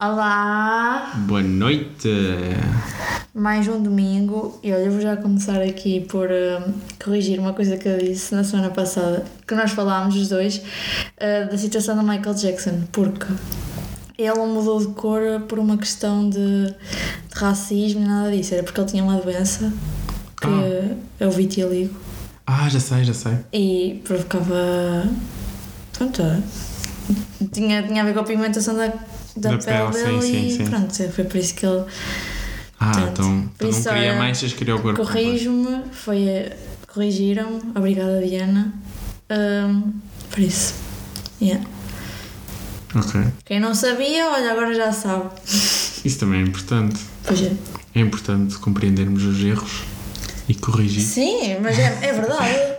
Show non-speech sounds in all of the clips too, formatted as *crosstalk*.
Olá! Boa noite! Mais um domingo e olha, eu vou já começar aqui por hum, corrigir uma coisa que eu disse na semana passada, que nós falámos os dois, eh, da situação do Michael Jackson, porque ele mudou de cor por uma questão de, de racismo e nada disso, era porque ele tinha uma doença que Ah. eu vi ligo Ah, já sei, já sei. e provocava. Pronto, eh, tinha, tinha a ver com a pigmentação da, da, Da pele, pele, sim, dele e sim, sim. pronto, foi por isso que ele. Ah, Portanto, então, por então não isso, eh, queria olha, manchas, queria o corpo. completo. Corrijo-me, foi. Corrigiram-me, obrigada Diana. Ahm, por isso. Yeah. Ok. Quem não sabia, olha, agora já sabe. Isso também é importante. Pois é. É importante compreendermos os erros e corrigir. Sim, mas é, é verdade.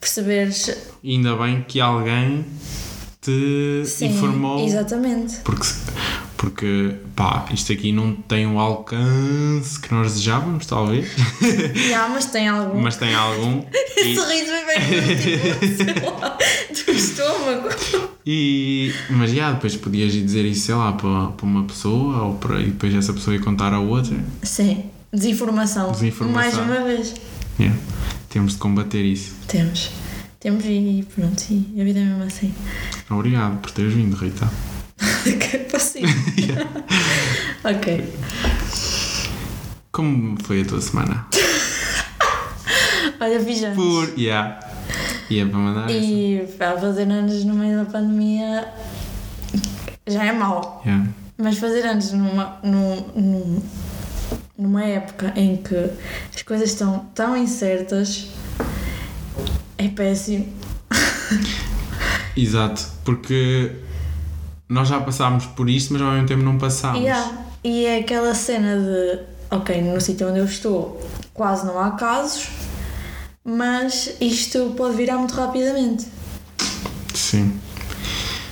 Perceberes. E ainda bem que alguém te Sim, informou. Exatamente. Porque, se- porque, pá, isto aqui não tem o alcance que nós desejávamos, *laughs* talvez, Já, mas tem algum. *laughs* mas tem algum. E- Esse riso vem bem sei lá, *laughs* do estômago. E, mas já, depois podias ir dizer isso, sei lá, para, para uma pessoa ou para, e depois essa pessoa ia contar a outra. Sim, desinformação. Desinformação. Mais uma vez. Yeah. Temos de combater isso. Temos. Temos e pronto, e a vida é mesmo assim. *laughs* Obrigado por teres vindo, Rita. que é *laughs* possível. ok. Como foi a tua semana? Olha, fijamos. Por. Yeah. E é para mandar essa. E pá, fazer anos no meio da pandemia já é mau. Yeah. Mas fazer anos numa, num, num- numa época em que as coisas estão tão incertas é péssimo. Exato, porque nós já passámos por isto, mas ao mesmo tempo não passámos. E há- E é aquela cena de, ok, no sítio onde eu estou quase não há casos, mas isto pode virar muito rapidamente. Sim.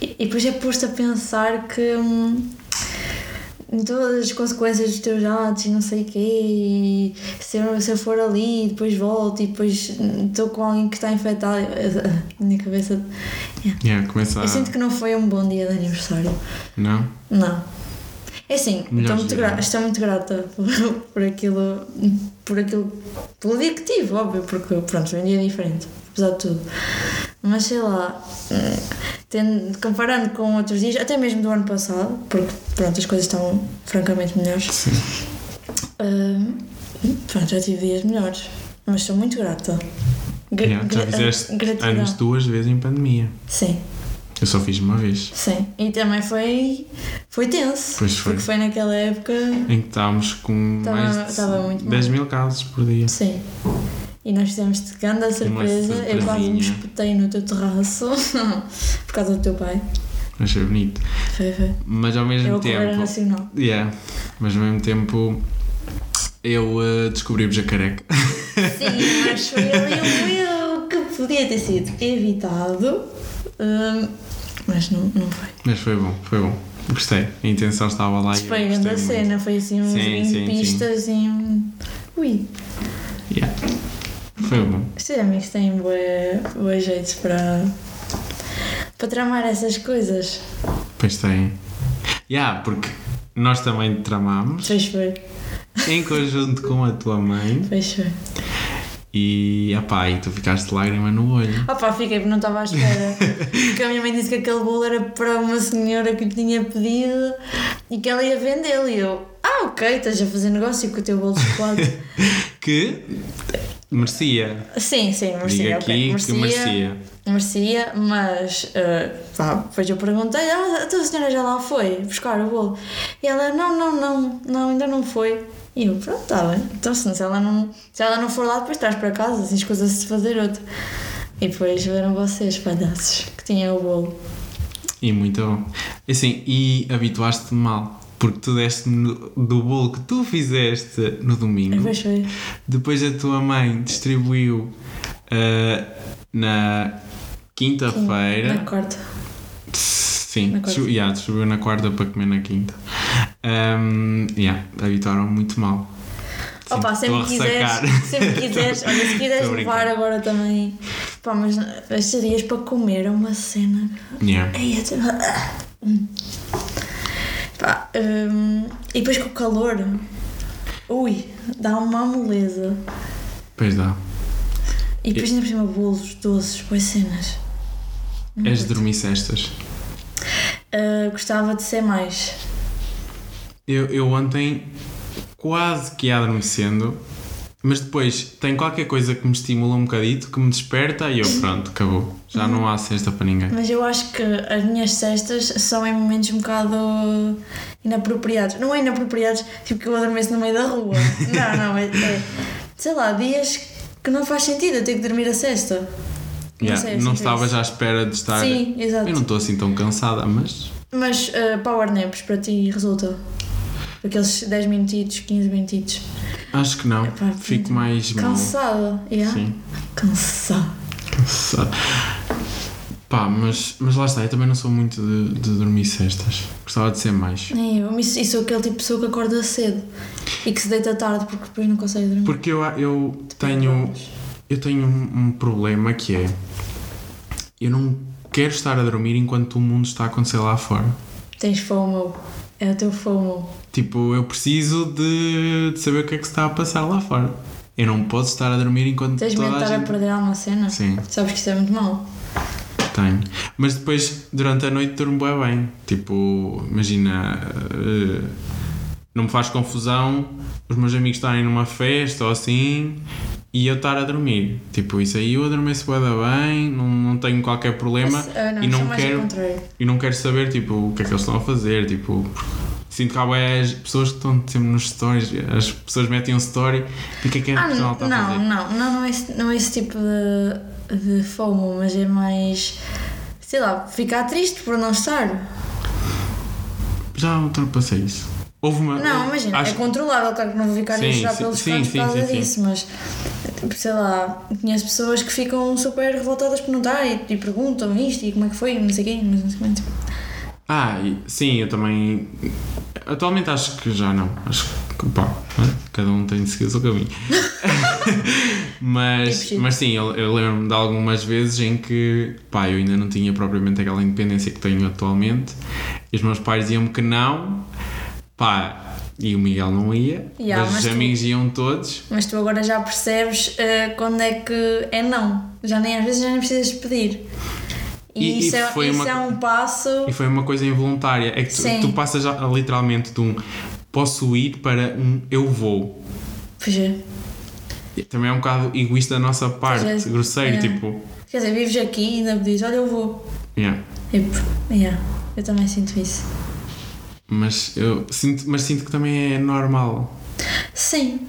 E, e depois é posto a pensar que hum, em todas as consequências dos teus atos e não sei o quê, e se eu, se eu for ali e depois volto e depois hum, estou com alguém que está infectado, *laughs* a minha cabeça. Yeah. Yeah, começa a. Eu sinto que não foi um bom dia de aniversário. Não? Não. É assim, estou Melhor muito, dia, gra- não é? estou muito grata por, por aquilo, por aquilo, pelo dia que tive, óbvio, porque pronto, foi um dia diferente, apesar de tudo. Mas sei lá, hum, tendo- comparando com outros dias, até mesmo do ano passado, porque pronto, as coisas estão francamente melhores. Sim. Hum, pronto, já tive dias melhores, mas estou muito grata. Gra- Yeah, já gra- ah, fizeste gratidão. anos duas vezes em pandemia. Sim. Eu só fiz uma vez. Sim, e também foi, foi tenso. Pois foi. Porque foi naquela época. Em que estávamos com Tava- mais de tava muito 10 mil casos por dia. Sim. E nós fizemos de grande a surpresa. Eu quase me surpresinha. espetei no teu terraço *laughs* por causa do teu pai. Achei bonito. Foi, foi. Mas ao mesmo Eu a correr a tempo. nacional. Yeah. Mas ao mesmo tempo eu eh, descobri o jacareca. Sim, mas foi ali um erro que podia ter sido evitado. hum, mas não, não foi. Mas foi bom, foi bom. Gostei. A intenção estava lá Mas e eu foi gostei grande a muito. cena, foi assim uns Sim, 20 sim, pistas e um. Ui, Yeah. Foi bom. estes amigos têm boas jeitos para. para tramar essas coisas. Pois tem. Yeah, porque nós também tramámos Pois foi, em conjunto com a tua mãe pois foi. e, apá, e tu ficaste de lágrima no olho. *laughs* Opa, fiquei porque não estava à espera. Porque a minha mãe disse que aquele bolo era para uma senhora que lhe tinha pedido e que ela ia vendê-lo. E eu, ah, ok, estás a fazer negócio com o teu bolo de *laughs* chocolate. Que merecia. sim, sim, merecia. ok, Diga aqui merecia, que merecia. merecia, mas eh, pá, depois eu perguntei, ah, a tua senhora já lá foi buscar o bolo? E ela, não, não, não, não, ainda não foi. E eu, pronto, está bem. Então, se, se, ela não, se ela não for lá, depois traz para casa, assim escusa-se de fazer outro. E depois viram vocês, palhaços, que tinham o bolo. E muito bom. Assim, e habituaste-te mal. Porque tu deste-me do bolo que É tu fizeste no domingo. Pois foi. Depois a tua mãe distribuiu Ah, na quinta-feira. Na quarta. Sim, Na quarta. subiu- yeah, subiu na quarta para comer na quinta. Um, yeah, habituaram muito mal. Sim, Opa, sempre estou a ressacar. quiseres, sempre quiseres, *laughs* olha, se quiseres Estou a brincar. levar agora também. Pá, mas as cereais para comer é uma cena. Yeah. Ai, eu tenho- Hum. Pá, hum, e depois com o calor. Ui, dá uma moleza. Pois dá. E depois ainda por cima bolos, doces, boas cenas. És de dormir cestas. Ah, gostava de ser mais. Eu, eu ontem quase que ia adormecendo, mas depois tem qualquer coisa que me estimula um bocadito, que me desperta e eu Uhum. pronto, acabou. Já não há cesta para ninguém. Mas eu acho que as minhas cestas são em momentos um bocado inapropriados. Não é inapropriados, tipo que eu adormeço no meio da *laughs* rua. não, não, é, é, Sei lá, dias que não faz sentido eu ter que dormir a cesta. Não Yeah, sei, eu não sinto estava isso. já à espera de estar. Sim, exato. Eu não estou assim tão cansada, mas. Mas ah, power naps para ti resulta? Aqueles 10 minutitos, 15 minutitos. Acho que não. Epá, muito Fico mais mal. Cansada, yeah? Sim. Cansada. Sabe? Pá, mas, mas lá está, eu também não sou muito de, de dormir cestas. Gostava de ser mais. Nem eu, mas isso é aquele tipo de pessoa que acorda cedo e que se deita tarde porque depois não consegue dormir. Porque eu, eu tenho. Eu tenho um um problema que é. Eu não quero estar a dormir enquanto o mundo está a acontecer lá fora. Tens FOMO. É o teu FOMO. Tipo, eu preciso de, de saber o que é que se está a passar lá fora. Eu não posso estar a dormir enquanto Tens medo toda de a estar gente... a perder alguma cena? Sim. Sabes que isso é muito mau. Tenho. Mas depois, durante a noite, durmo bem bem. Tipo, imagina. eh, não me faz confusão os meus amigos estarem numa festa ou assim e eu estar a dormir. Tipo, isso aí eu adormeço bué da bem, não, não tenho qualquer problema Mas, ah, não, e, isso é não mais ao quero, contrário. e não quero saber tipo, o que é que eles estão a fazer. Tipo, sinto que há bué as pessoas que estão sempre nos stories, as pessoas metem um story e o que é que a Ah, pessoa não, está a não, fazer? não, não, é esse, não é esse tipo de, de FOMO, mas é mais. Sei lá, ficar triste por não estar. Já ultrapassei isso. Houve uma. Não, imagina, acho é controlável, claro que não vou ficar Sim, a chorar sim, pelos sim, cantos sim, por causa sim, sim. disso, mas tipo, sei lá, conheço pessoas que ficam super revoltadas por não estar e, e perguntam isto e como é que foi, não sei quem, mas não sei como. Tipo, Ah, e- sim, eu também. Atualmente acho que já não. Acho que, pá, né? cada um tem de seguir o *laughs* seu caminho. mas, Tipo, mas sim, eu, eu lembro-me de algumas vezes em que, pá, eu ainda não tinha propriamente aquela independência que tenho atualmente. E os meus pais diziam-me que não, pá, e o Miguel não ia, Ya, mas, mas os tu- amigos iam todos. Mas tu agora já percebes ah, quando é que é não. Já nem às vezes já nem precisas pedir. E, E- e isso, é, foi isso uma- é um passo. E foi uma coisa involuntária. É que tu, Sim. tu passas a- literalmente de um posso ir para um eu vou. Pois é. Também é um bocado egoísta da nossa parte, Pois é, grosseiro, é. tipo. Quer dizer, vives aqui e ainda me dizes, olha, eu vou. yeah. Tipo, yeah, eu também sinto isso. Mas eu sinto, mas sinto que também é normal. Sim.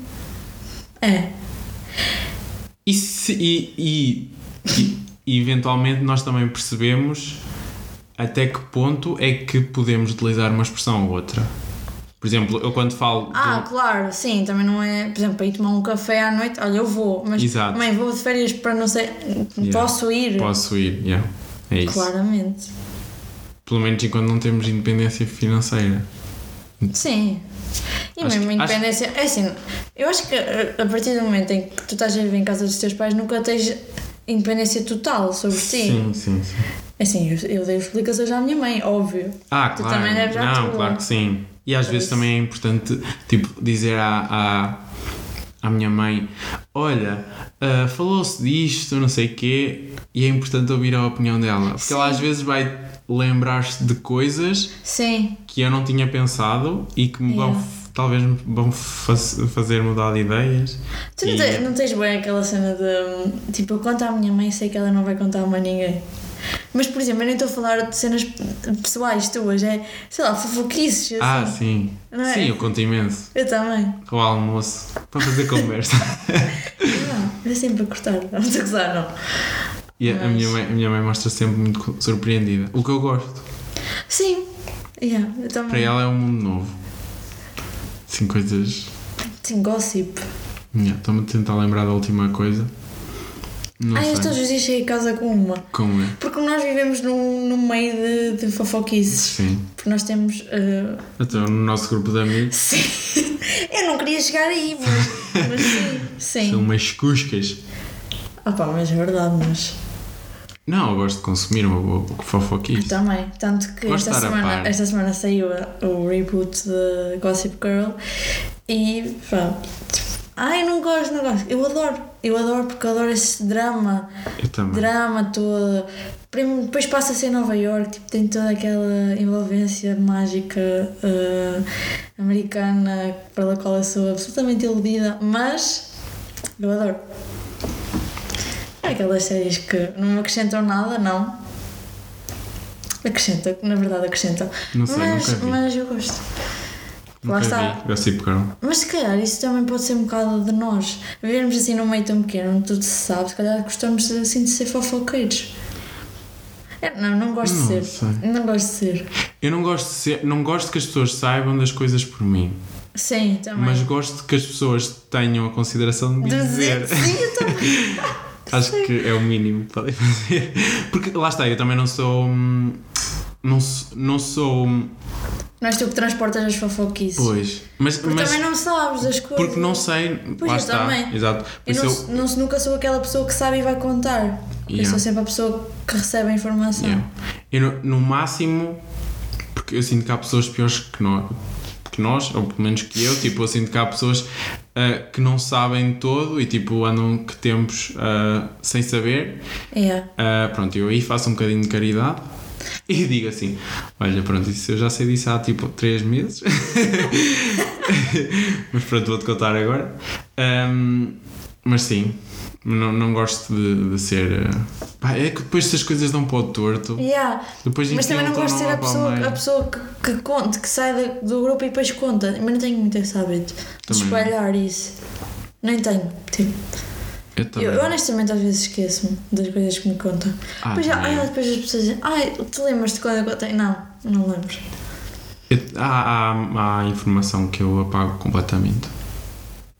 É. E, se- e, e- e- e eventualmente nós também percebemos até que ponto é que podemos utilizar uma expressão ou outra. Por exemplo, eu quando falo. um Ah, do- claro, sim, também não é, por exemplo, para ir tomar um café à noite, olha, eu vou, mas Exato. mãe, vou de férias para não sei, posso ir? Posso ir, yeah. é isso. Claramente. Pelo menos enquanto não temos independência financeira. Sim. E Acho mesmo que- a independência. É assim, eu acho que eh, a partir do momento em que tu estás a viver em casa dos teus pais, nunca tens independência total sobre ti. sim, sim. sim. É Assim, eu, eu dei explicações à minha mãe, óbvio. Ah, Tu claro. também deves à não, tua. claro que sim. E às vezes isso. também é importante, tipo, dizer à, à, à minha mãe: Olha, ah, falou-se disto, não sei o quê, e é importante ouvir a opinião dela. Porque ela às vezes vai lembrar-se de coisas Sim, que eu não tinha pensado e que me vão, Yeah. f- talvez me vão fa- fazer mudar de ideias. tu não, E- tens, não tens bem aquela cena de hum, tipo, eu conto à minha mãe sei que ela não vai contar a mais ninguém. Mas, por exemplo, eu nem estou a falar de cenas pessoais tuas, é sei lá, fofoquices. Ah, assim. sim. Não é? Sim, eu conto imenso. Eu também. Ao almoço, para fazer *laughs* conversa. Não, é sempre a cortar, não estou a gozar, não. e a, a minha Mas- mãe, a minha mãe mostra sempre muito co- surpreendida. O que eu gosto. Sim, yeah, eu também. Para ela é um mundo novo. Sim, coisas. Sim, gossip. Yeah, Estou-me a tentar lembrar da última coisa. Não Ai, eu sei. todos os dias chego a casa com uma. Como é? Porque nós vivemos num, num meio de, de fofoquices. Sim. Porque nós temos. eh, *laughs* Então, no nosso grupo de amigos, Sim. Eu não queria chegar aí, mas, mas sim. são Sim. umas cuscas. Opa, mas é verdade, mas. Não, eu gosto de consumir uma boa Eu fofoquice. também. Tanto que Gosto esta de estar a par. semana, esta semana saiu a- o reboot de Gossip Girl e pá. tipo, Ai, não gosto, não gosto. Eu adoro. Eu adoro porque eu adoro esse drama. Eu também. Drama todo. Prim- Depois passa-se em Nova York, tipo, tem toda aquela envolvência mágica eh, americana pela qual eu sou absolutamente iludida, mas eu adoro. É aquelas séries que não me acrescentam nada, não. Acrescentam, na verdade acrescentam. Não sei, mas, nunca vi. mas eu gosto. Lá Nunca está. vi Gossip Girl. Mas se calhar isso também pode ser um bocado de nós. Vivermos assim num meio tão pequeno onde tudo se sabe, se calhar gostamos assim de ser fofoqueiros. Eu não, não gosto Não de ser. sei. Não gosto de ser. Eu não gosto, de ser, não gosto que as pessoas saibam das coisas por mim, Sim, também. mas gosto que as pessoas tenham a consideração de me De dizer. Sim, eu *laughs* também. Acho que é o mínimo que podem *laughs* fazer. Porque lá está, eu também não sou. hum, Não sou. Não sou hum, Não és tu que transportas as fofoquices. pois. Mas, Porque mas também não sabes as coisas. porque não sei. Pois, lá eu está. também. Exato. Por Eu isso não, eu- não- nunca sou aquela pessoa que sabe e vai contar. Eu Yeah. sou sempre a pessoa que recebe a informação. Yeah. Eu no, no máximo, porque eu sinto que há pessoas piores que nós, que nós, ou pelo menos que eu, tipo, eu sinto que há pessoas ah, que não sabem todo e tipo andam que tempos ah, sem saber. Yeah. Ah, pronto, eu aí faço um bocadinho de caridade. E *laughs* digo assim, olha, pronto, isso eu já sei disso há tipo 3 meses, *laughs* mas pronto, vou-te contar agora. Ahm, mas sim, não, não gosto de, de ser. ah, pá, é que depois se as coisas dão para o torto, Yeah. depois Mas também não inventam, gosto de ser há a para pessoa, meio. a pessoa que, que conte, que sai da- do, grupo e depois conta. Mas não tenho muito esse hábito de Também não. espalhar isso. Nem tenho. Tipo, Eu também. eu, eu honestamente às vezes esqueço-me das coisas que me contam. Ah, depois, já, também. ah, depois as pessoas dizem, ai, tu lembras-te quando eu contei? Não, não lembro. Eu- há, há, há informação que eu apago completamente.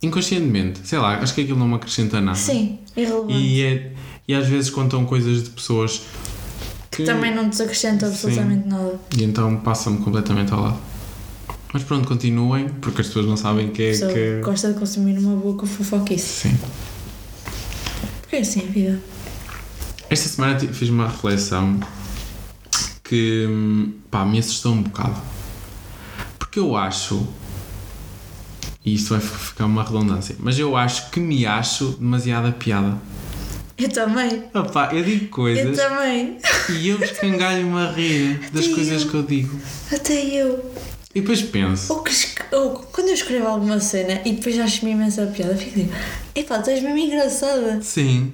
Inconscientemente, sei lá, acho que aquilo não me acrescenta nada. Sim, irrelevante. Ah. E, é- e às vezes contam coisas de pessoas que. Também não nos acrescenta Sim. absolutamente nada. E então passa-me completamente ao lado. Mas pronto, continuem, porque as pessoas não sabem que A é pessoa que. gosta de consumir uma boa com fofoquice. Sim. Porque é assim a vida. Esta semana ti- fiz uma reflexão que hum, pá, me assustou um bocado. Porque eu acho. E isto vai fi- ficar uma redundância. Mas eu acho que me acho demasiada piada. Eu também. Opá, eu digo Eu coisas também. *laughs* e eu escangalho-me a rir das Sim. coisas que eu digo. Até eu. E depois penso. Ou, que, es- ou quando eu escrevo alguma cena e depois acho-me imensa piada, fico tipo, epá, tu és mesmo engraçada. Sim.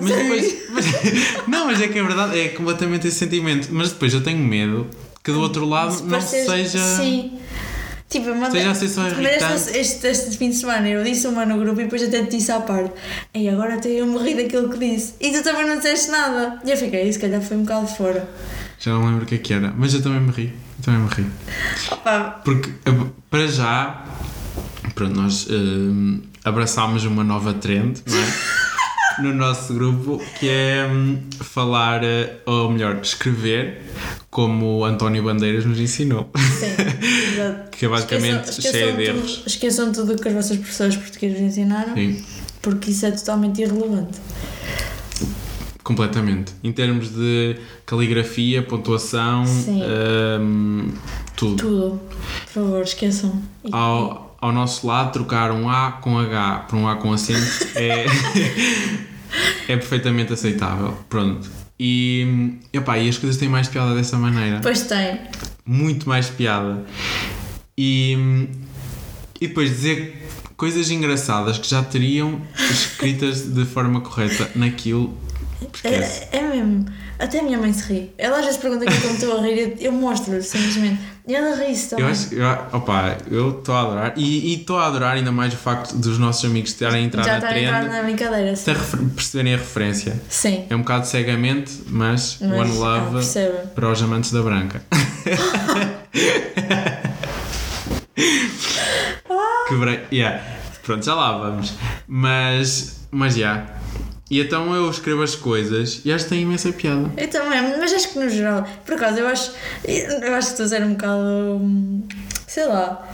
Mas depois. mas- *laughs* não, mas é que é verdade, é completamente esse sentimento. Mas depois eu tenho medo que do outro lado Se Ah, não pareceres- seja. Sim. Tipo, eu mandei. seja assim, a sessão Mas irritante. este, este, este fim de semana eu disse uma no grupo e depois até te disse à parte. E agora até eu morri daquilo que disse. E tu também não disseste nada. E eu fiquei, se calhar foi um bocado fora. Já não lembro o que é que era, mas eu também me ri. Eu também me ri. Opa, Porque eh, para já, pronto, nós eh, abraçámos uma nova trend, *laughs* não é? No nosso grupo, que é hum, falar, eh, ou melhor, escrever, como o António Bandeiras nos ensinou, sim. exato. *laughs* que é basicamente Esqueçam- cheia esqueçam de tudo- erros. Esqueçam tudo o que as vossas professoras portuguesas ensinaram, Sim. porque isso é totalmente irrelevante. Completamente. Em termos de caligrafia, pontuação, Sim. hum, tudo. Tudo. Por favor, esqueçam. Ah, E- Ao, ao nosso lado, trocar um A com H por um A com acento é, *laughs* é perfeitamente aceitável. Pronto. E, epá, e as coisas têm mais piada dessa maneira. Pois tem. Muito mais piada. E, e depois dizer coisas engraçadas que já teriam escritas de forma correta naquilo. Esquece. É, é mesmo. Até a minha mãe se ri. Ela às vezes pergunta que como estou a rir, eu, eu mostro-lhe simplesmente. E ela ri-se também. Eu acho, eu, opa, eu estou a adorar e e estou a adorar ainda mais o facto dos nossos amigos estarem a entrar Já na está a trend, entrar na brincadeira. até Sim. refer- perceberem a referência. sim. É um bocado cegamente, mas, Mas, One ah, Love percebe. para os amantes da branca. Ah! que bra... yeah. Pronto, já lá vamos. Mas, mas já. E então eu escrevo as coisas e acho que tem imensa piada. Eu também, mas acho que no geral, por acaso, eu acho, eu acho que estou a ser um bocado. hum, sei lá.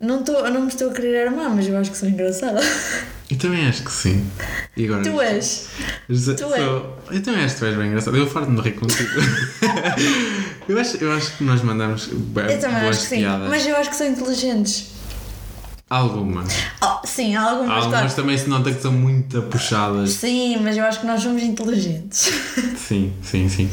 Não, tô, eu não me estou a querer armar, mas eu acho que sou engraçada. Eu também acho que sim. E agora? Tu és. Sou- tu é. és. sou- Eu também acho que tu és bem engraçado. Eu farto-me de rir *laughs* contigo. eu, acho, eu acho que nós mandamos bem, Eu também É boas acho que sim. piadas. Mas eu acho que são inteligentes. Algumas. Oh, sim, há Há algumas, algumas claro. também se nota que são muito puxadas. Sim, mas eu acho que nós somos inteligentes. *laughs* Sim, sim, sim.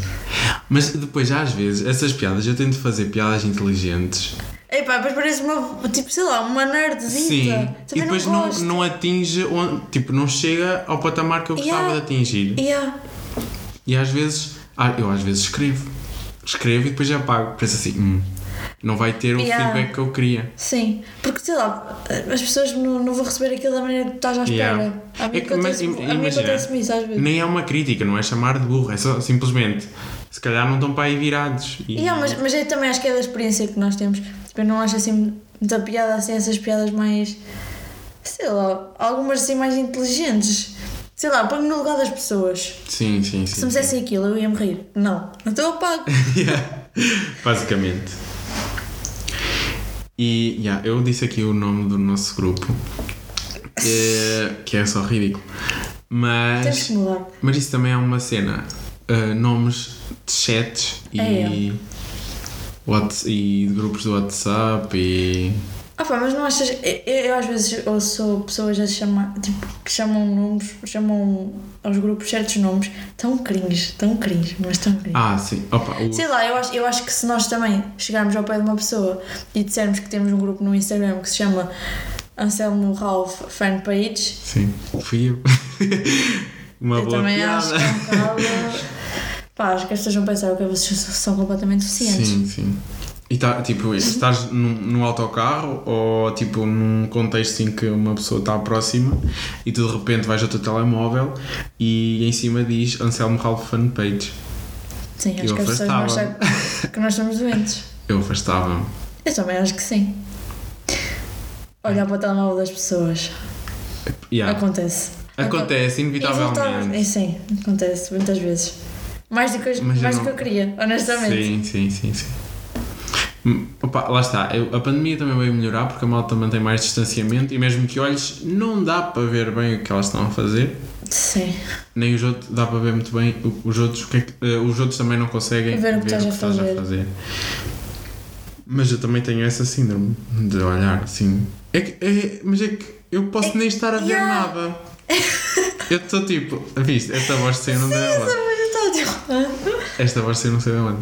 Mas depois, às vezes, essas piadas, eu tento fazer piadas inteligentes. Epá, mas parece uma, tipo, sei lá, uma nerdzita. E Também depois não não, gosto. não atinge, onde- tipo, não chega ao patamar que eu gostava Yeah. de atingir. Yeah. E às vezes, ah, eu às vezes escrevo. Escrevo e depois já apago. Penso assim, "Hum, não vai ter o Yeah. feedback que eu queria. Sim, porque sei lá, as pessoas não, não vão receber aquilo da maneira que tu estás à espera. Yeah. A mim É que, mas, acontece-me im- a mim imagina, acontece-me isso às vezes. Nem é uma crítica, não é chamar de burro, é só simplesmente. Se calhar não estão para aí virados. E- Yeah, mas, mas eu também acho que é da experiência que nós temos. Tipo, eu não acho assim muita piada, assim, essas piadas mais. sei lá, algumas assim mais inteligentes. Sei lá, põe-me no lugar das pessoas. Sim, sim, sim. Se me dissessem aquilo, eu ia me rir. Não, não estou a *laughs* pago. Yeah, Basicamente. E yeah, eu disse aqui o nome do nosso grupo. eh, que é só ridículo. Temos que Mas, mudar. mas isso também é uma cena. eh, nomes de chats e, É Whats- e de grupos do WhatsApp e. Ah pá, mas não achas. Eu, eu às vezes ouço pessoas a chamar, tipo, que chamam nomes, chamam aos grupos certos nomes, tão cringe, tão cringe, mas tão cringe. Ah, sim. Opa, o- Sei lá, eu acho, eu acho que se nós também chegarmos ao pé de uma pessoa e dissermos que temos um grupo no Instagram que se chama Anselmo Ralph Fanpage, Sim. Fui eu. *laughs* uma eu boa também piada. acho *laughs* que é um bocado. pá, acho que as pessoas vão pensar que vocês são completamente deficientes. Sim, sim. E tá, tipo, Uhum. estás num, num autocarro ou tipo num contexto em que uma pessoa está próxima e tu de repente vais ao teu telemóvel e em cima diz Anselmo Ralph fanpage. Sim, acho Eu que as pessoas vão achar afastava. que nós somos doentes. Eu afastava-me. Eu também acho que sim. É. Olhar para o telemóvel das pessoas. Yeah. Acontece. É. Acontece, Involuntário- inevitavelmente. é, Sim, acontece muitas vezes. Mais do que eu, Mas eu mais não- do que eu queria, honestamente. Sim, sim, sim, sim. Hum, Opa, lá está, Eu- a pandemia também veio melhorar porque a malta mantém mais distanciamento e mesmo que olhes, não dá para ver bem o que elas estão a fazer. Sim. nem os outros dá para ver muito bem o- os outros o que é que- eh, os outros também não conseguem Ver o que estás a fazer. mas eu também tenho essa síndrome de olhar assim é que, é- mas é que eu posso nem estar a ver yeah. nada eu estou tipo viste esta voz saiu não é. sei de Essa onde mulher está de esta voz saiu não sei de onde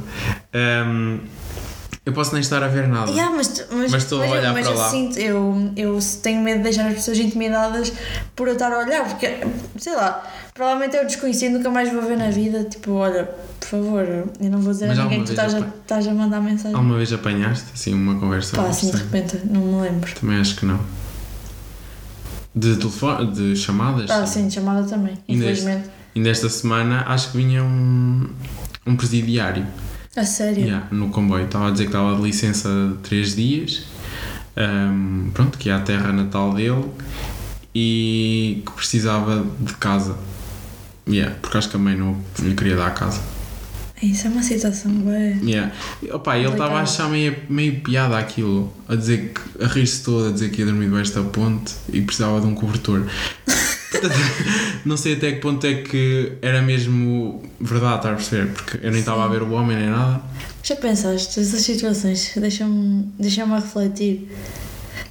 Ahm, eu posso nem estar a ver nada yeah, mas, tu- mas, Mas estou a mas eu- olhar mas para eu lá. sinto, eu, eu tenho medo de deixar as pessoas intimidadas por eu estar a olhar, porque sei lá, provavelmente eu desconhecido, nunca mais vou ver na vida. Tipo, olha, por favor, eu não vou dizer Mas a ninguém que tu alguma estás vez a, apa- estás a mandar mensagem. alguma vez apanhaste assim uma conversa Pá, assim de estranha? repente, não me lembro. também acho que não de telefone de chamadas Ah, sim, de chamada também, Ainda este- infelizmente. Ainda esta semana acho que vinha um, um presidiário A sério? yeah, no comboio. Estava a dizer que estava de licença de 3 dias, ahm, pronto, que ia à terra natal dele e que precisava de casa. Yeah, porque acho que a mãe não lhe queria dar a casa. Isso é uma situação bem. Yeah. E, Opa, ele estava a Complicado. achar meio, meio piada aquilo, a dizer que a rir-se todo, a dizer que ia dormir debaixo da ponte e precisava de *laughs* um cobertor. não sei até que ponto é que era mesmo verdade, estás a perceber? Porque eu nem estava a ver o homem nem nada. Já pensaste, essas situações deixam-me deixam a refletir.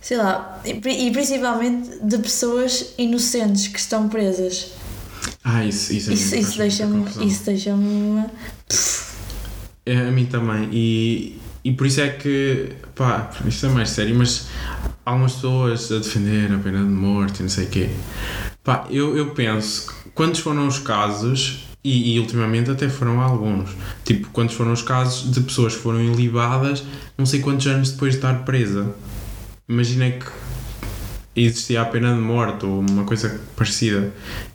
Sei lá, e, pri- e principalmente de pessoas inocentes que estão presas. Ah, isso, isso, a mim Isso, faz isso muita deixa-me. confusão. Isso deixa-me. É, a mim também. E, e por isso é que, pá, isto é mais sério, mas há algumas pessoas a defender a pena de morte e não sei o quê. Pá, eu, eu penso, quantos foram os casos, e, e ultimamente até foram alguns, tipo, quantos foram os casos de pessoas que foram ilibadas não sei quantos anos depois de estar presa. Imagina que existia a pena de morte ou uma coisa parecida,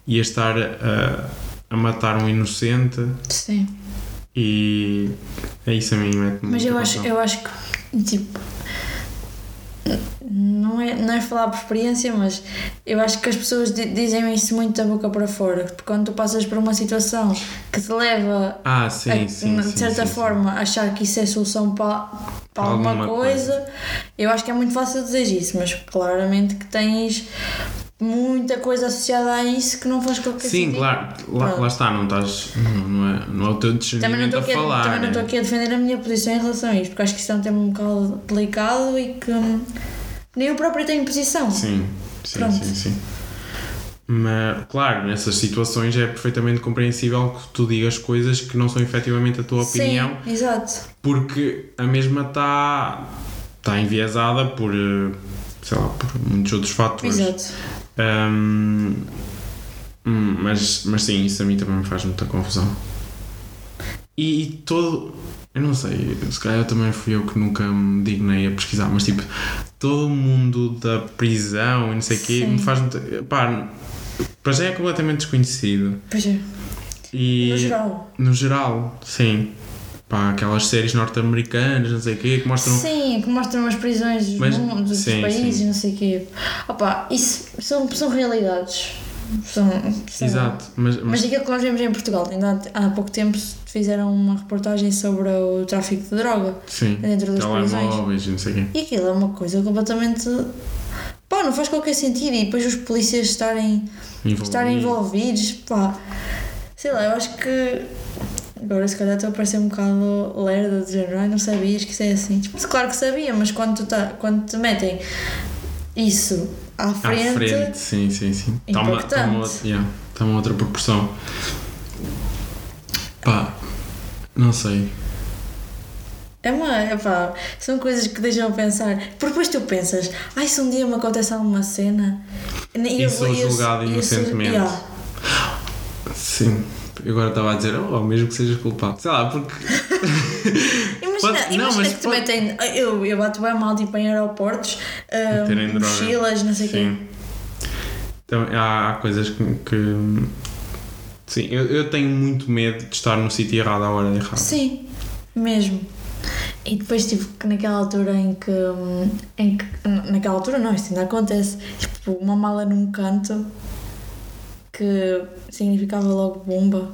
ia estar a, a matar um inocente. Sim. E é isso a mim, mete Mas eu acho, eu acho que, tipo, não é, não é falar por experiência, mas eu acho que as pessoas di- dizem isso muito da boca para fora. Porque quando tu passas por uma situação que te leva, Ah, a, sim, sim. É, de sim, certa sim, sim. forma, a achar que isso é solução para, para alguma, alguma coisa, eu acho que é muito fácil dizer isso, mas claramente que tens muita coisa associada a isso que não faz qualquer Sim, sentido. claro, lá, Pronto. lá está, não estás. Não, não é, não é o teu Também não discernimento estou a aqui a- falar. também não estou né? aqui a defender a minha posição em relação a isto, porque acho que isto é um tema um bocado delicado e que hum, nem eu próprio tenho posição. Sim, sim, Pronto. sim, sim. Mas, claro, nessas situações é perfeitamente compreensível que tu digas coisas que não são efetivamente a tua opinião, Sim, exato. porque a mesma está tá enviesada por, eh, sei lá, por muitos outros fatores. Exato. Ahm, hum, mas, mas sim, isso a mim também me faz muita confusão. E, e todo. Eu não sei, se calhar eu também fui eu que nunca me dignei a pesquisar, mas tipo, todo o mundo da prisão e não sei o quê Sim. me faz muita. Pá, para já é completamente desconhecido. Pois é, E, no geral. no geral, sim. Pá, aquelas séries norte-americanas, não sei o quê, que mostram. Sim, que mostram as prisões dos, Mas- mun- dos sim, países, sim. não sei o quê. Opa, isso são, são realidades. São, são- Exato, mas, mas, Mas aquilo que nós vemos em Portugal, ainda há há pouco tempo fizeram uma reportagem sobre o tráfico de droga sim, dentro das prisões. telemóveis e não sei o quê. E aquilo é uma coisa completamente. Pá, não faz qualquer sentido. E depois os polícias estarem, estarem Envolvido. envolvidos, pá. Sei lá, eu acho que. Agora, se calhar, estou a parecer um bocado lerda, de género, ai, não sabias que isso é assim. Tipo, claro que sabia, mas quando, tu tá, quando te metem isso à À frente. frente, sim, sim, sim. Tá Toma, Impactante. toma, outra- yeah, toma outra proporção. Pá, não sei. É uma. É pá, são coisas que deixam a pensar. Porque depois tu pensas, ai, se um dia me acontece alguma cena. E E sou julgado e eu sou- inocentemente. Yeah. Sim, eu agora estava a dizer, oh, mesmo que sejas culpado. Sei lá, porque. Imagina, Pode- imagina não, mas que te pode- metem. Eu, eu bato bem mal tipo, em aeroportos, ah, Meterem droga. mochilas, não sei o quê. Sim. Então, há, há coisas que. que- sim, eu, eu tenho muito medo de estar no sítio errado à hora errada. Sim, mesmo. E depois, tipo, que naquela altura em que. hum, Em que naquela altura, não, isto ainda acontece. Tipo, uma mala num canto que significava logo bomba.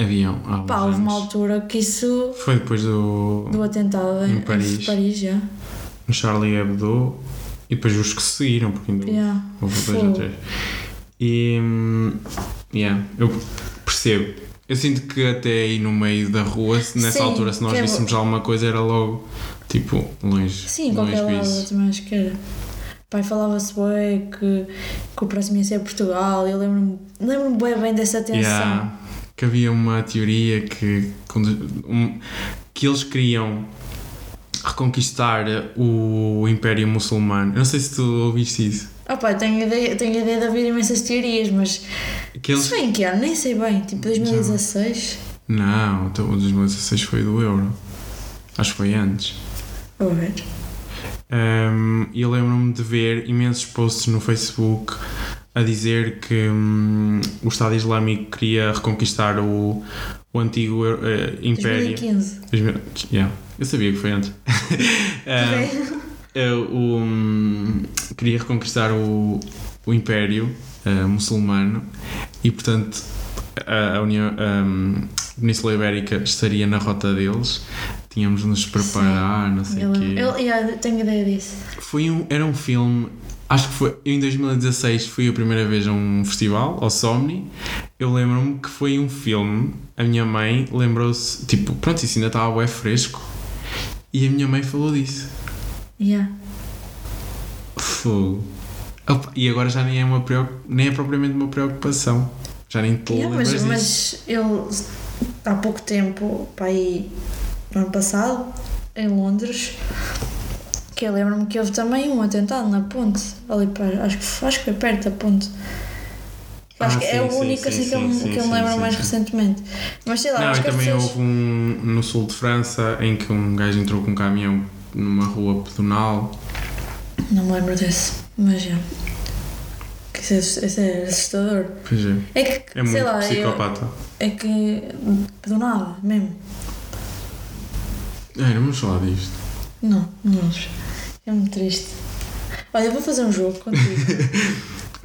Avião, um, há uns Pá, houve uma anos. altura que isso. Foi depois do, do atentado Em em, em Paris. Paris. já. no Charlie Hebdo e depois os que seguiram, porque ainda Yeah. Houve dois Fogo. ou três. E. hum, Yeah, eu percebo. Eu sinto que até aí no meio da rua, se- nessa Sim, altura, se nós que é bo- víssemos alguma coisa, era logo tipo longe. Sim, longe qualquer lado, eu disso. também acho que era. Pai falava-se bem que, que o próximo ia ser Portugal, eu lembro-me lembro bem, bem dessa tensão. Yeah, que havia uma teoria que, condu- um- que eles queriam reconquistar o Império Muçulmano. Eu não sei se tu ouviste isso. Ah pá, tenho ideia, tenho ideia de haver imensas teorias, mas Que eles isso foi em que ano? Nem sei bem, tipo 2016? Não, então o 2016 foi do Euro. Acho que foi antes. Vou ver. Ahm, E eu lembro-me de ver imensos posts no Facebook a dizer que hum, o Estado Islâmico queria reconquistar o, o antigo eu- eh, Império. 2015. 2000, yeah, eu sabia que *laughs* foi antes. Ahm, eu, hum, queria reconquistar o, o Império eh, muçulmano e, portanto, a, a União, hum, a Península Ibérica estaria na rota deles. Tínhamos de nos preparar, não sei Eu, o quê. lembro- eu yeah, tenho ideia disso. Foi um, era um filme, acho que foi eu em 2016 fui a primeira vez a um festival, ao Somni. Eu lembro-me que foi um filme. A minha mãe lembrou-se, tipo, pronto, isso ainda estava bué fresco. E a minha mãe falou disso. Yeah. Fogo. Opa, e agora já nem é, uma preocup... nem é propriamente uma preocupação. Já nem te Yeah, lembras mas, disso. mas eu há pouco tempo, para aí no ano passado, em Londres, que eu lembro-me que houve também um atentado na ponte, ali para, acho que foi- acho que foi perto da ponte. Ah, acho que é sim, o sim, único sim, assim que, eu, sim, me- sim, que eu sim, me lembro sim, mais sim. recentemente. Mas sei lá, Não, acho e que as também pessoas... houve um no sul de França em que um gajo entrou com um caminhão numa rua pedonal. Não me lembro desse, mas já. Que isso é, assu- isso é assustador. Pois é, É que, sei é muito lá, eu- psicopata. é que do nada mesmo. Ah, Ai, não vamos falar disto. Não, não. É É muito triste. Olha, eu vou fazer um jogo *laughs* contigo.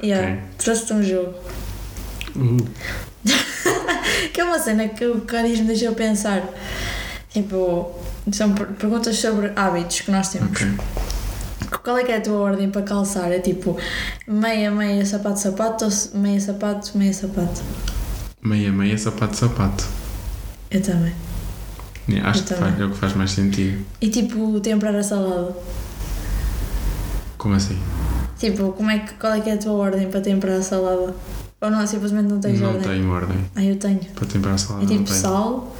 yeah, Ok. Trouxe-te um jogo. Uh, Que é uma cena que o Caris me deixou pensar. Tipo, são per- perguntas sobre hábitos que nós temos. ok. Qual é que é a tua ordem para calçar? É tipo meia, meia, sapato, sapato, ou se- meia, sapato, meia, sapato. Meia, meia, sapato, sapato. Eu também. Yeah, Acho Eu que também. faz- é o que faz mais sentido. E tipo, temperar a salada. Como assim? Tipo, como é que, qual é que é a tua ordem para temperar a salada? Ou não, simplesmente não tens não ordem? tenho ordem. Ah, eu tenho. Para temperar a salada, É não tipo tenho. sal.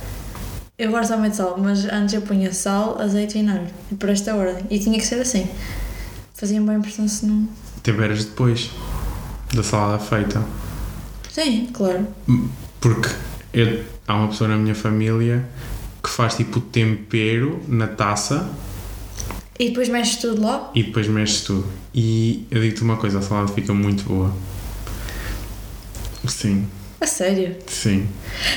Eu gosto somente de sal, mas antes eu punha sal, azeite e vinagre. E por esta ordem. E tinha que ser assim. Fazia uma impressão se não. Temperas Tipo, depois da salada feita. Sim, claro. Porque eu- há uma pessoa na minha família que faz tipo tempero na taça E depois mexes tudo lá. e depois mexe tudo. E eu digo-te uma coisa, a salada fica muito boa. Sim, A sério. sim.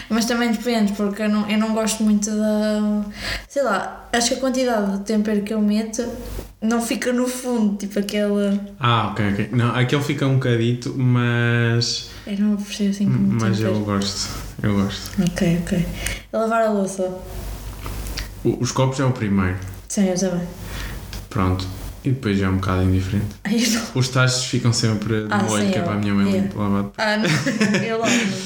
Mas também depende, porque eu não, eu não gosto muito da. Sei lá, acho que a quantidade de tempero que eu meto não fica no fundo. Tipo aquela. Ah, ok, ok. Não, aquele fica um bocadito, mas. Eu não percebo assim como Hum, Mas tempero. eu gosto. Eu gosto. Ok, ok. A lavar a louça. O- Os copos é o primeiro. Sim, eu também. Pronto. E depois já é um bocado indiferente. Ai, eu não. Os tachos ficam sempre de Ah, molho, sim, que é eu- para a minha mãe yeah. limpa- lavar de Ah, *laughs* não. Eu lavo.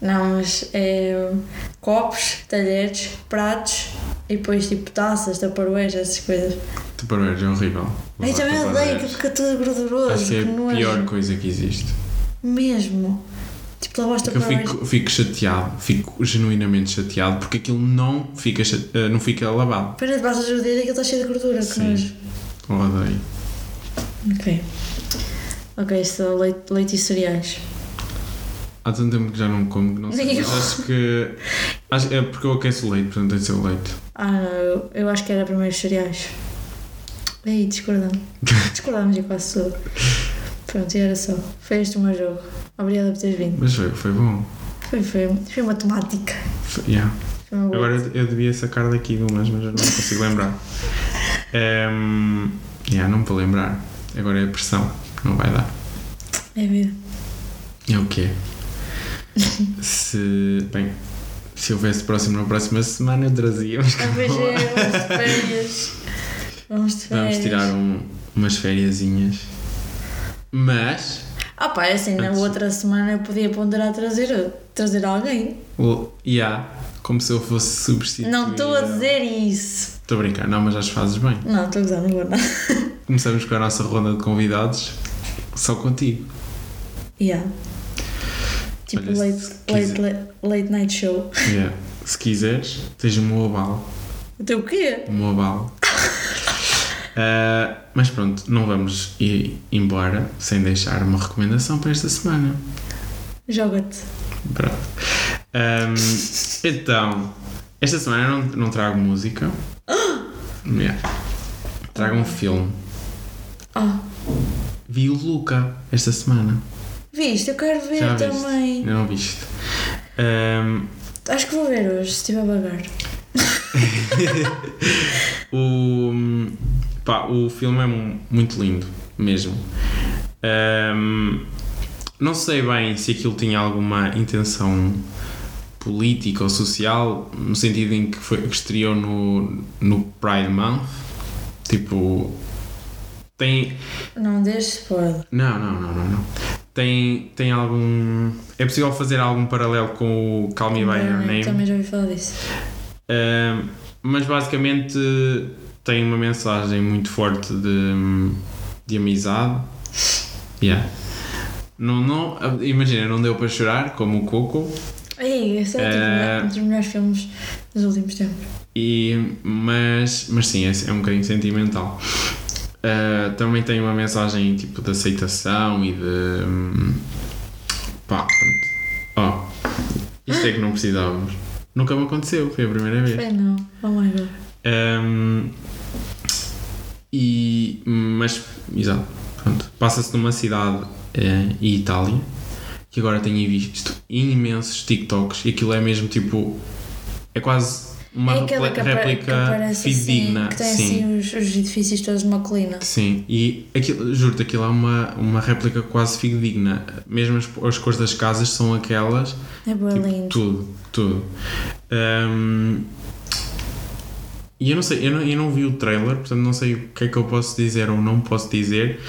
Não, mas é. Copos, talheres, pratos e depois tipo taças, taparoeiras, essas coisas. Tupperware, é horrível. Ai, Lavar também odeio que tupperwares. fica tudo gorduroso. Acho que é que a nojo. pior coisa que existe. É Mesmo. Tipo, lavar os Que eu taparoeiras. fico, fico chateado, fico genuinamente chateado porque aquilo não fica, cha- eh, não fica lavado. Depois de passas o dedo e aquilo está cheio de gordura, que Sim. nojo. Eu Odeio. Ok. Ok, isto é leite, leite e cereais. Há tanto tempo que já não como, que não sei. Nem Mas eu. acho que. Acho, é porque eu aqueço o leite, portanto tem de ser o leite. Ah, não, eu, eu acho que era primeiro os cereais. Aí, *laughs* discordamos. Discordámos em quase tudo. Pronto, e era só. Foi este o meu jogo. Obrigada por teres vindo. Mas foi, foi bom. Foi, foi, foi uma temática. Foi- yeah. Foi uma boa. Agora eu, eu devia sacar daqui de umas, mas eu não consigo lembrar. Ehm, yeah, não me vou lembrar. Agora é a pressão, não vai dar. É vida. É o quê? Se. Bem, se houvesse próximo na próxima semana, eu trazia. mas Ah, pois é, vamos *laughs* de férias. Vamos de férias. Vamos tirar um- umas fériasinhas. Mas. Ah pá, é assim, na Antes- outra semana eu podia ponderar trazer, trazer alguém. o- Yeah, como se eu fosse substituir. Não estou a dizer isso. Estou a brincar, não, mas já as fazes bem. Não, estou a gozar, não vou nada. Começamos com a nossa ronda de convidados. Só contigo. *laughs* Yeah. Tipo, Olha, se late, quiser- late, late, late night show. Yeah. Se quiseres, tens um oval. O teu quê? Um oval. *laughs* Ah, mas pronto, não vamos ir embora sem deixar uma recomendação para esta semana. Joga-te. Pronto. Ahm, então, esta semana eu não, não *gasps* trago música. Yeah. Trago um filme. Ah, Vi o Luca esta semana. viste? Eu quero ver Já viste? também. Ainda não viste. Ehm, Ahm, Acho que vou ver hoje, se estiver a vagar. o, pá, o filme é mu- muito lindo, mesmo. Ahm, não sei bem se aquilo tinha alguma intenção política ou social, no sentido em que, foi, que estreou no, no Pride Month. Tipo, tem. Não deixes spoiler. Não, não, não, não. não. Tem, tem algum. É possível fazer algum paralelo com o Call Me By Your Name? Também já ouvi falar disso. Um, mas basicamente tem uma mensagem muito forte de, de amizade. Yeah. Não, não, imagina, não deu para chorar, como o Coco, Aí, esse é Eh, tipo, um dos melhores filmes dos últimos tempos. e, mas, mas sim, é, é um bocadinho sentimental. Uh, também tem uma mensagem tipo de aceitação e de. hum, pá, pronto. Oh, isto é que não precisávamos. Nunca me aconteceu, foi a primeira vez. Foi não. Oh my god. Um, e, mas, exato, pronto. Passa-se numa cidade eh, em Itália que agora tenho visto imensos TikToks e aquilo é mesmo tipo. É quase uma é aquela que, repli- apare- que réplica aparece assim, fidedigna. que tem sim. assim os, os edifícios todos de uma colina. Sim, e aquilo, juro-te, aquilo é uma, uma réplica quase fidedigna. Mesmo as, as cores das casas são aquelas. É bem Tipo, lindo. Tudo, tudo. Ahm, e eu não sei, eu não, eu não vi o trailer, portanto não sei o que é que eu posso dizer ou não posso dizer,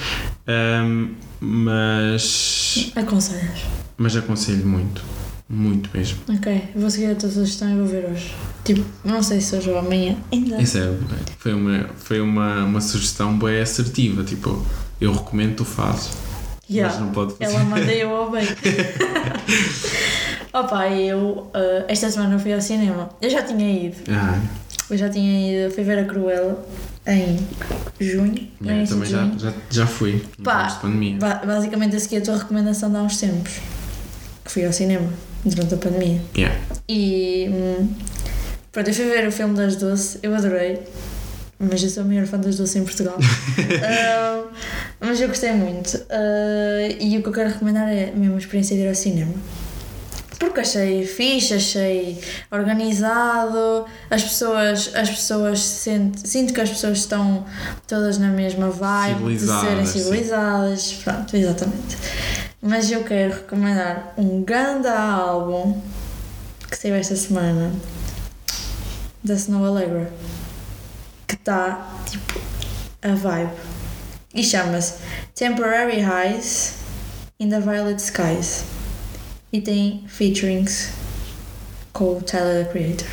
ahm, mas, Aconselhas. mas aconselho muito, muito mesmo. Ok, vou seguir a tua sugestão e vou ver hoje. Tipo, não sei se hoje ou amanhã. Ainda. Isso é, foi uma, foi uma, uma sugestão bem assertiva, tipo, eu recomendo, tu fazes, Yeah. É mas não pode fazer. Ela manda e eu ao *laughs* bem. Opa, eu ah, esta semana fui ao cinema. Eu já tinha ido. Ah, Eu já tinha ido. Fui ver a Cruella em junho. no yeah, início É, também de já, junho. já, já fui, no É Pá, contexto de pandemia. Ba- basicamente a seguir a tua recomendação de há uns tempos. Que fui ao cinema durante a pandemia. Yeah. E hum, pronto, eu fui ver o filme das doce, eu adorei. Mas eu sou a maior fã das doce em *laughs* Portugal. Ah, mas eu gostei muito. Ah, e o que eu quero recomendar é a mesma experiência de ir ao cinema. Porque achei fixe, achei organizado, as pessoas, as pessoas sente, sinto que as pessoas estão todas na mesma vibe de serem Civilizadas, sim. civilizadas. Pronto, exatamente. Mas eu quero recomendar um grande álbum que saiu esta semana da Snow Allegra que está tipo a vibe e chama-se Temporary Highs in the Violet Skies e tem featurings com o Tyler the Creator.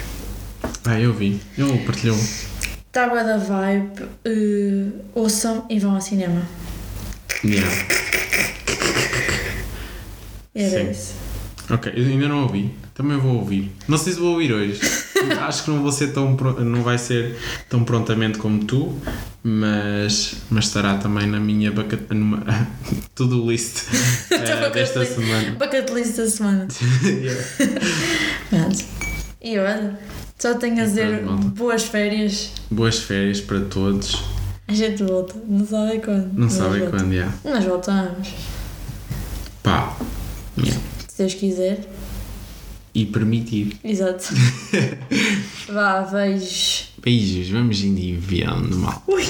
Ah, eu vi, eu partilhou. Está Tá da vibe, uh, ouçam e vão ao cinema. Yeah. E Era Sim. isso. Ok, eu ainda não ouvi. Também vou ouvir. Não sei se vou ouvir hoje. Acho que não vou ser tão pro- não vai ser tão prontamente como tu, mas mas estará também na minha bucket numa, *laughs* to-do list eh, bucket desta list. *laughs* semana. Bucket list da semana. Yeah. Pronto. E olha, só tenho a E dizer pronto, malta. boas férias. Boas férias para todos. A gente volta. Não sabem quando. Não mas sabem volta. quando é. Nós voltamos. Pá. Yeah. Se Deus quiser. E permitir. Exato. Vá, vejo. Bah, Beijos, vamos enviando mal. Ui.